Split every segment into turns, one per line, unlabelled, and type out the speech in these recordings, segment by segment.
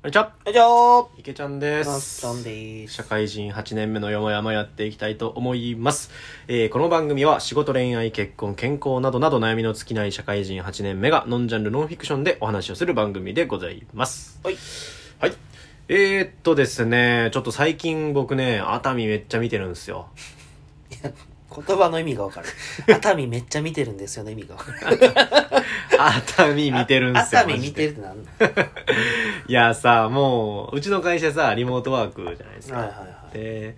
こんにちは、
以上
いけちゃんで
マ
す
ス。さんです
社会人8年目のよもやまやっていきたいと思います、えーこの番組は仕事恋愛結婚健康などなど悩みの尽きない社会人8年目がノンジャンルノンフィクションでお話をする番組でございます
はい
はいえー、っとですねちょっと最近僕ね熱海めっちゃ見てるんですよ
言葉の意味がわかる熱海めっちゃ見てるんですよね意味がわかる
熱海見てるんですよ
熱海見て
る
るってなんだ
いやさもううちの会社さリモートワークじゃないですか
はいはいはい
で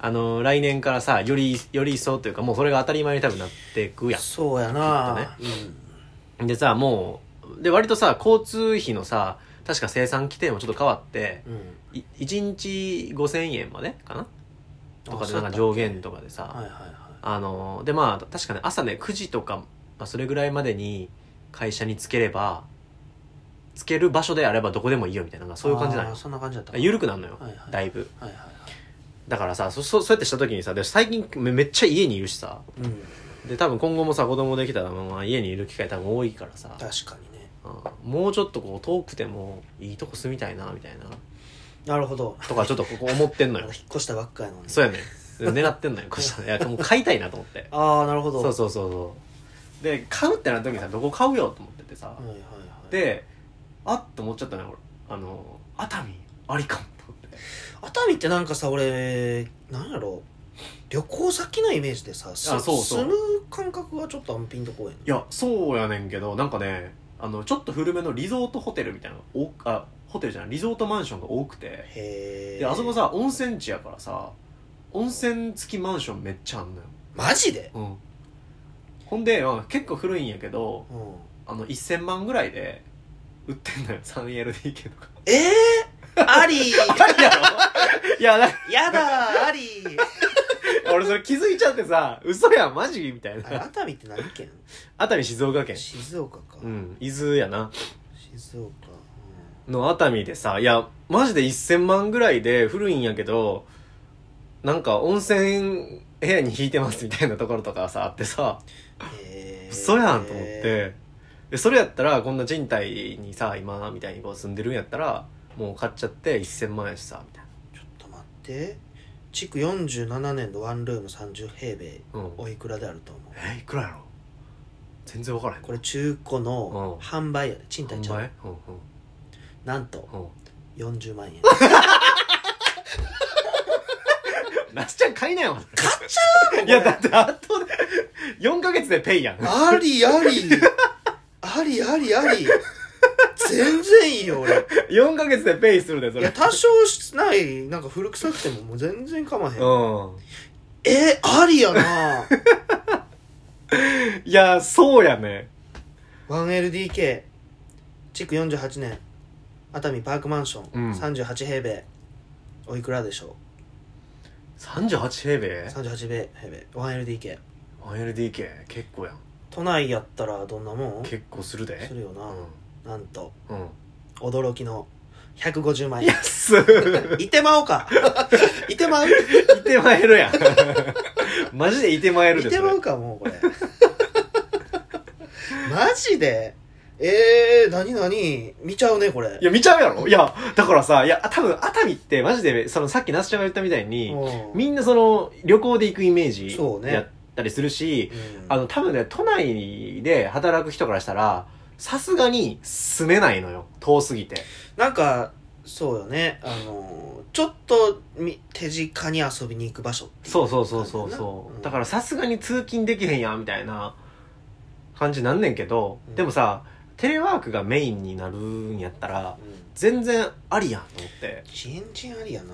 あの来年からさよりより一層というかもうそれが当たり前に多分なってくやん
そうやな、
でさもうで割とさ交通費のさ確か生産規定もちょっと変わって
うん、うん、
い1日5000円までかなとかでなんか
そう
上限とかでさ
だ
あ,、
はいはいは
のでまあ確かね朝ね9時とか、まあ、それぐらいまでに会社につければつける場所であればどこでもいいよみたいななんか
い
そういう感じなの
あー
よ
そんな感じだった
緩くなるのよ、
はいはい
だいぶ
はいはいは
だからさそそそうやってした時にさで最近めめっちゃ家にいるしさ
いうん
で多分今後もさ子供できたら、まあ、家にいる機会多分多いからさ
確かにね
うんもうちょっとこう遠くてもいいとこ住みたいなみたいな
なるほど
とかちょっとここ思ってん
ま
の
だ
よ
引っ越したばっかやのに
そうやねん狙ってんのよこうしたらいやもう買いたいなと思って
ああなるほど
そうそうそうそうで買うってなった時にさどこ買うよと思っててさ、
はいはいはい
であっと思っちゃったのよ俺あの熱海ありかもと思って
熱海ってなんかさ俺なんやろ旅行先のイメージでさす
あそうそう
住む感覚がちょっとあんぴんとこうやん
いやそうやねんけどなんかねあのちょっと古めのリゾートホテルみたいなのが多くあホテルじゃないリゾートマンションが多くて
へえ
であそこさ温泉地やからさ温泉付きマンションめっちゃあんのよ
マジで
うん、ほんで、まあ、結構古いんやけど
うん
あの1000万ぐらいで売ってんのよ 3LDK とか
ええあり
やろいやなんか
やだあり
俺それ気づいちゃってさ嘘やんマジみたい
あれ
な
熱海って何県
熱海静岡県
静岡か、
うん伊豆やな
静岡、
の熱海でさいやマジで1000万ぐらいで古いんやけどなんか温泉部屋に引いてますみたいなところとかさあってさ
うん、へえ
嘘やんと思ってでそれやったらこんな賃貸にさ今みたいにこう住んでるんやったらもう買っちゃって1000万やしさみたい
ちょっと待って築47年のワンルーム30平米
な、うん、
おいくらであると思う
えいくらやろ全然分からへん
これ中古の
うん
販売やで賃
販
貸ちゃ
売
う
うん
なんと
うんうん
40万円
なすちゃん買いなよ
買っちゃうの
いやだってあとで4ヶ月でペイやん
ありありありありあり全然いいよ俺
4ヶ月でペイするでそ
い
れ
や多少しないなんか古臭くてももう全然構わへん、
うん
えありやな
いやそうやね
1LDK 築48年熱海パークマンション、
うん
38平米おいくらでしょ
38平
う
米
38平米 1LDK
1LDK 結構やん
都内やったらどんなもん
結構するです
るよな、
う
なんと
んうん
驚きの150万円
安っ
いてまお うかいてまう
いてまえるやん。 マジでいてまえる
い
で
て
す
まうかもうこれ マジでえー、何何見ちゃうねこれ
いや、見ちゃうやろいや、だからさ、いや、多分、熱海ってマジで、そのさっきナスちゃんが言ったみたいに、
うん
みんなその、旅行で行くイメージ
そうね
やったりするし、
うん
あの、多分ね、都内で働く人からしたら、さすがに住めないのよ。遠すぎて。
なんかそうよねあのーちょっとみ手近に遊びに行く場所っていう
そうそうそうそうそ
うん
う。だからさすがに通勤できへんやん、みたいな感じなんねんけど、
うん
でもさ、テレワークがメインになるんやったら、
うん
全然ありやんと思って。
新人ありやな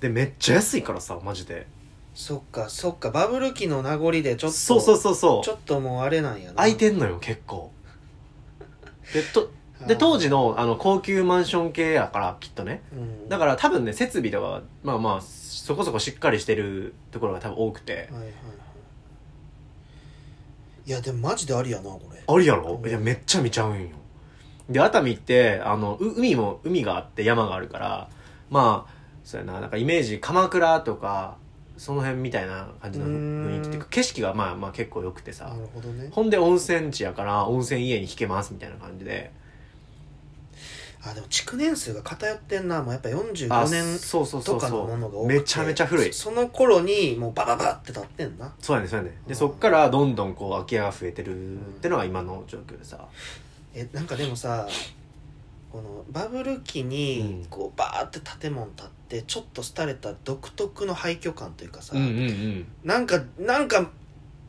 でめっちゃ安いからさマジで
そっかそっかバブル期の名残でちょっと
そうそうそうそ
ち
う
ょっともうあれなんやな
空いてんのよ結構でとで当時のあの高級マンション系やからきっとねだからら多分ね設備とかはまあまあそこそこしっかりしてるところが多分多くて
はいはいはいいやでもマジでありやなこれ
あるやろいやめっちゃ見ちゃうんよで熱海ってあのう海も海があって山があるからまあそうやななんかイメージ鎌倉とかその辺みたいな感じの雰囲気っていうか景色がまあまあ結構良くてさ、
なるほどね
ほんで温泉地やから温泉家に引けますみたいな感じで。
あでも築年数が偏ってんなもうやっぱ
あ
45年
そうそうそ
と
う
かのも
そ
のが多
う
くて
めちゃめちゃ古い
そその頃にもうバババって立ってんな
そうやねんそうやねん
うん
でそっからどんどんこう空き家が増えてるってのが今の状況でさ
えなんかでもさこのバブル期
う
に
ん
こうバーって建物建ってちょっと廃れた独特の廃墟感というかさ、
うんうんうん
なんかなんか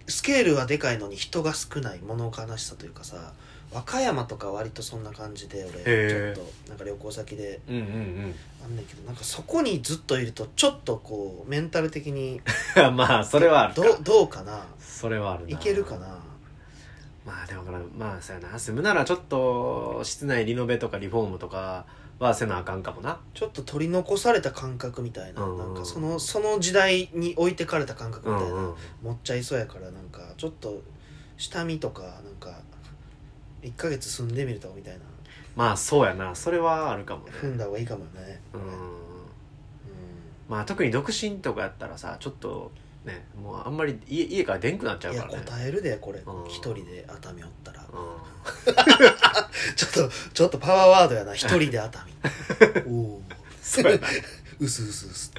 スケールはでかいのに人が少ない物悲しさというかさ和歌山とか割とそんな感じで俺
へー
ちょっとなんか旅行先で
うんうん
あんねんけどなんかそこにずっといるとちょっとこうメンタル的に
うん まあそれはあるか
どどうかな
それはあるない
けるかな
まあでもこれまあそうやな住むならちょっと室内リノベとかリフォームとかはせなあかんかもな
ちょっと取り残された感覚みたいな,、
うん
なんかそのその時代に置いてかれた感覚
う
みたい
ん
な、
うん
持っちゃいそうやからなんかちょっと下見とかなんか1ヶ月住んでみるとみたいな
まあそうやなそれはあるかもね
踏んだ方がいいかもね、
う
うんん
まあ特に独身とかやったらさちょっとねもうあんまり家家から出んくなっちゃう
い
か
や
らね
答えるでこれ
うん
一人で熱海おったら
う
ちょっとちょっとパワーワードや な一人で熱海おお
んそうやな
うすうすうす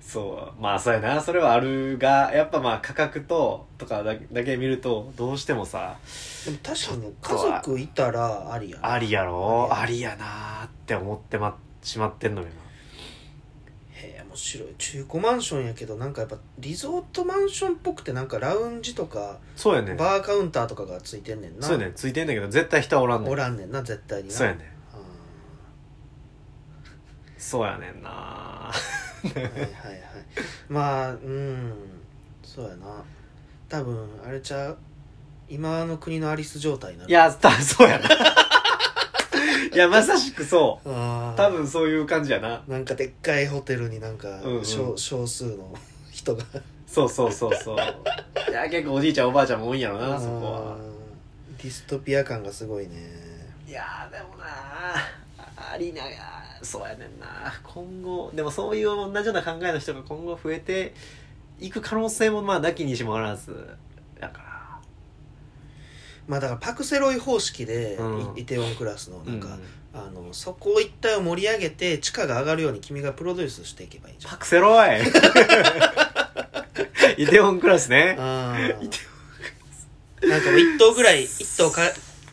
そうまあそうやなそれはあるがやっぱまあ価格ととかだけだけ見るとどうしてもさ
でも確かにね
ちょっ
家
とは
族いたらありやな
ありやろ
あ
ありやなーって思ってましまってんのよ
へえ面白い中古マンションやけどなんかやっぱリゾートマンションっぽくてなんかラウンジとか、
そうやね
バーカウンターとかがついてんねんな
そうやねついてんだけど絶対人はおらんね
お
ん
らんねんな絶対にな
そうやね
う
そうやねんな
んはいはいはいまあうんそうやな多分あれちゃう今の国のアリス状態になる
いやたそうやな いやまさしくそう
あー
多分そういう感じやな
なんかでっかいホテルになんか
うんうん
少少数の人が
そうそうそうそういや結構おじいちゃんおばあちゃんも多いんやろなそこは
うんディストピア感がすごいね
いやーでもなーありながそうやねんな今後でもそういう同じような考えの人が今後増えていく可能性もまあなきにしもあらずだか
まあだからパクセロイ方式で、
うん
イイテウォンクラスの
ら
なんか、あのそこ一帯を盛り上げて地価が上がるように君がプロデュースしていけばいいじゃん
パクセロ イイテウォンクラスね
あー
イテ
なんかもう1棟ぐらい1棟か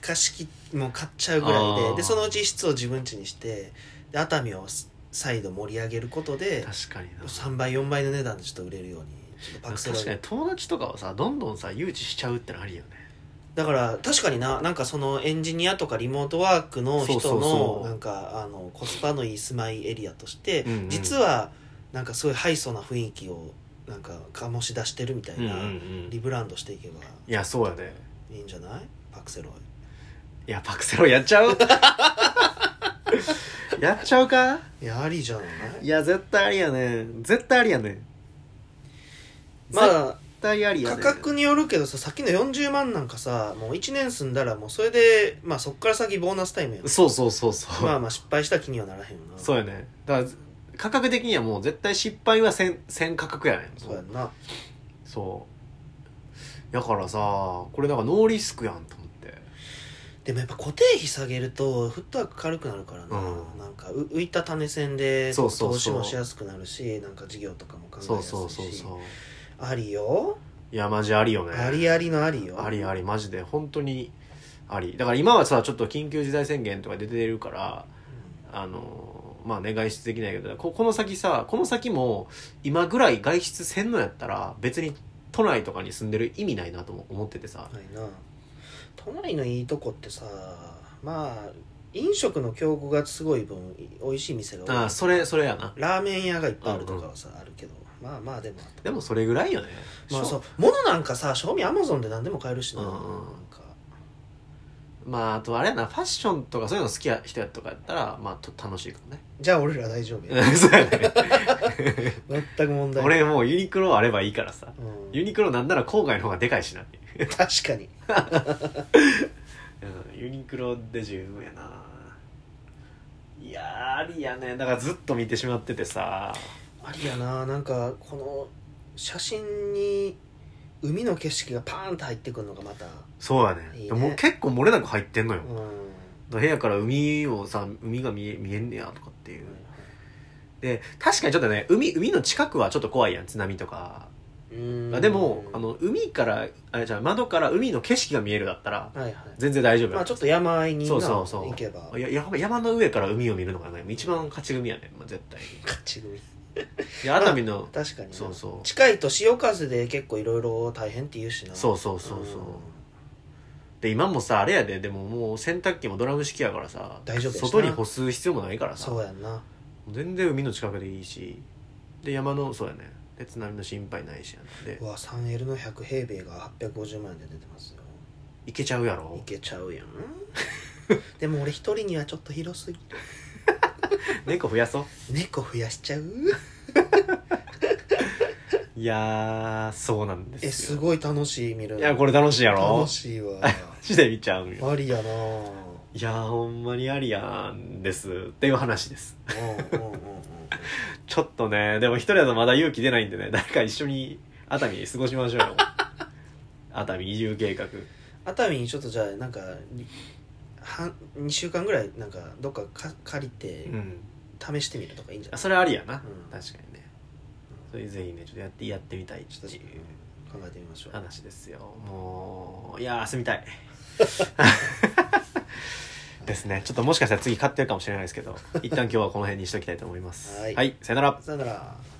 貸し切もう買っちゃうぐらい
あ
で
ー
でそのうち室を自分家にしてで熱海を再度盛り上げることで
確かにな
3倍4倍の値段でちょっと売れるようにちょっとパクセロ
確かに
イ
友達とかはさどんどんさ誘致しちゃうってのありよね
だから確かにななんかそのエンジニアとかリモートワークの人
そうそうそ
の
う
なんかあのコスパのいい住まいエリアとして、
うんうん
実はなんかすごいハイソな雰囲気をなんか醸し出してるみたいな、リ
い
ブランドしていけば
やそうやね
いいんじゃないパクセロイ
いやパクセロイやっちゃ うやっちゃうか
いやありじゃない
いや絶対ありやね絶対ありやね絶
まあ
対ありやね
価格によるけどささっきの40万なんかさもう1年住んだらもうそれでまあそっから先ボーナスタイムやん
そうそうそうそう、
まあまあ失敗した気にはならへんよな
そうやねだから価格的にはもう絶対失敗はせんせん価格やねん
そうやんな
そうだからさこれなんかノーリスクやんと思って
でもやっぱ固定費下げるとフットワーク軽くなるからな、
うん
なんかう浮いた種銭で
そ
投
うそうそう
資もしやすくなるしなんか事業とかも考え
そ
や
う
すいし
そうそうそう
ありよ
いやマジありよね
ありありのありよ
ありありマジで本当にありだから今はさちょっと緊急事態宣言とか出てるからあのまあね外出できないけどここの先さこの先も今ぐらい外出せんのやったら別に都内とかに住んでる意味ないなとも思っててさ
ないな都内のいいとこってさまあ飲食の競合がすごい分い美味しい店が多い
ああそれそれやな
ラーメン屋がいっぱいあるとかはさ、あるけどまあまあでも
でもそれぐらいよね
まあ
し
そ
ょ
う物なんかさ賞味アマゾンで何でも買えるしな,、
うんうん
なんか
まああとあれやなファッションとかそういうの好きや人やとかやったらまあと楽しいかもね
じゃあ俺ら大丈夫や
そうや ね
全く問題ない、
俺もうユニクロあればいいからさ
うん
ユニクロなんなら郊外の方がでかいしな
確かに
うんユニクロで十分やないやーありやねだからずっと見てしまっててさ
ありやななんかこの写真に海の景色がパーンと入ってくるのがまた
そうやね
いいね
もう結構漏れなく入ってんのよ
う、ん、
部屋から海をさ海が見え見えんねやとかっていうで確かにちょっとね海海の近くはちょっと怖いやん津波とか
うん
あでもあの海からあれじゃあ窓から海の景色が見えるだったら
はいはい
全然大丈夫やん
まあちょっと山あいにな
そうそうそう
行けば
やや山の上から海を見るのがね一番勝ち組やね、まあ、絶対に
勝ち組
で熱海の
確かにな
そうそう
近いと潮風で結構いろいろ大変って言うしな
そうそうそうそう
うん
で今もさあれやででももう洗濯機もドラム式やからさ
大丈夫やしな
外に干す必要もないからさ
そうやんな
全然海の近くでいいしで山のそうやねで津波の心配ないしやんで
うわ 3L の100平米が850万円で出てますよ
行けちゃうや
い
ろ
けちゃう やんでも俺一人にはちょっと広すぎる
猫増やそう
猫増やしちゃう
いやーそうなんですよ
えすごい楽しい見る
いやこれ楽しいやろ
楽し いわ
してみちゃうんよ
ありやなうんうん
いやーほんまにありやんですっていう話です
うんうん
ちょっとねでも一人だとまだ勇気出ないんでね誰か一緒に熱海過ごしましょう よ熱海移住計画
熱海にちょっとじゃあなんかは2週間ぐらいなんかどっかか借りて
うん
試してみるとかいいんじゃない、
それありやな、
うん
確かにねそれぜひねちょっとやってやってみたい
ち
って
ょっと
いう
考えてみましょう
話ですよもういやー住みたいですねちょっともしかしたら次買ってるかもしれないですけど一旦今日はこの辺にしときたいと思います
はい
はい、さよなら
さよなら